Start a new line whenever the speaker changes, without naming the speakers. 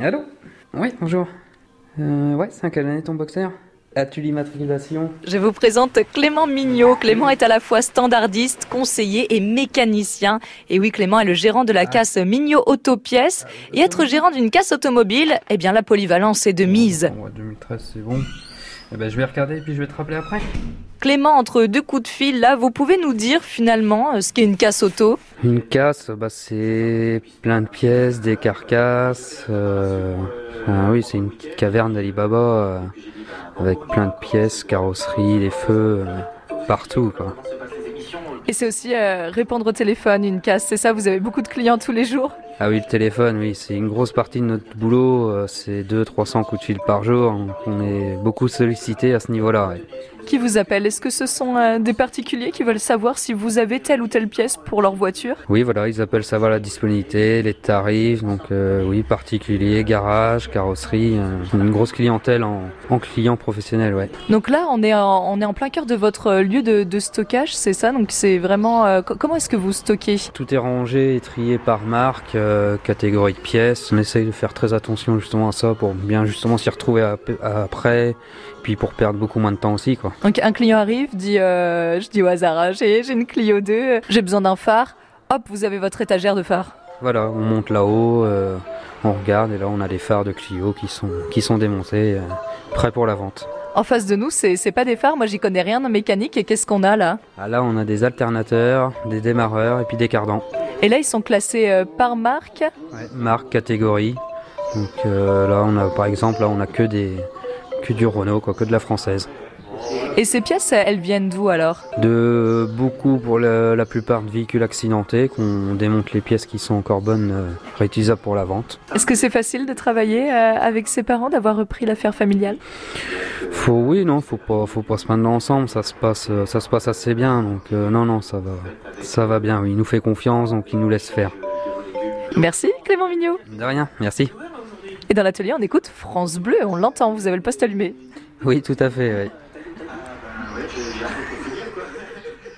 Allô Oui, bonjour. Euh, ouais, c'est un quelle année ton boxeur As-tu l'immatriculation
Je vous présente Clément Mignot. Clément est à la fois standardiste, conseiller et mécanicien. Et oui, Clément est le gérant de la casse Mignot Autopièces. Et être gérant d'une casse automobile, eh bien la polyvalence est de mise.
Bon, ouais, 2013, c'est bon. Eh ben, je vais regarder et puis je vais te rappeler après.
Clément, entre deux coups de fil, là, vous pouvez nous dire finalement euh, ce qu'est une casse auto
Une casse, bah, c'est plein de pièces, des carcasses. euh, ah oui, c'est une petite caverne d'Alibaba euh, avec plein de pièces, carrosserie, des feux, euh, partout quoi.
Et c'est aussi euh, répondre au téléphone, une casse, c'est ça Vous avez beaucoup de clients tous les jours
Ah oui, le téléphone, oui, c'est une grosse partie de notre boulot. euh, c'est 200-300 coups de fil par jour. donc On est beaucoup sollicité à ce niveau-là. ouais.
Qui vous appelle Est-ce que ce sont euh, des particuliers qui veulent savoir si vous avez telle ou telle pièce pour leur voiture
Oui, voilà, ils appellent savoir la disponibilité, les tarifs, donc euh, oui, particulier, garage, carrosserie, euh, une grosse clientèle en, en clients professionnels, ouais.
Donc là, on est en, on est en plein cœur de votre euh, lieu de, de stockage, c'est ça Donc c'est vraiment... euh, co- comment est-ce que vous stockez
Tout est rangé et trié par marque, euh, catégorie de pièces. On essaye de faire très attention justement à ça pour bien justement s'y retrouver à- à- après, puis pour perdre beaucoup moins de temps aussi, quoi.
Donc un client arrive, dit, euh, je dis au hasard, hein, j'ai j'ai une Clio 2, euh, j'ai besoin d'un phare. Hop, vous avez votre étagère de phare.
Voilà, on monte là-haut, euh, on regarde et là on a les phares de Clio qui sont, qui sont démontés, euh, prêts pour la vente.
En face de nous, c'est c'est pas des phares, moi j'y connais rien en mécanique, et qu'est-ce qu'on a là
Ah, là on a des alternateurs, des démarreurs et puis des cardans.
Et là, ils sont classés euh, par marque.
Ouais, marque, catégorie. Donc euh, là, on a par exemple, là, on a que des que du Renault, quoi, que de la française.
Et ces pièces, elles viennent d'où alors
De beaucoup pour la, la plupart de véhicules accidentés, qu'on démonte les pièces qui sont encore bonnes, euh, réutilisables pour la vente.
Est-ce que c'est facile de travailler euh, avec ses parents, d'avoir repris l'affaire familiale
Faut oui, non, faut pas, faut pas se peindre ensemble. Ça se passe, euh, ça se passe assez bien. Donc euh, non, non, ça va, ça va bien. oui. Il nous fait confiance, donc il nous laisse faire.
Merci Clément Mignot.
De rien, merci.
Et dans l'atelier, on écoute France Bleu, on l'entend, vous avez le poste allumé.
Oui, tout à fait. oui.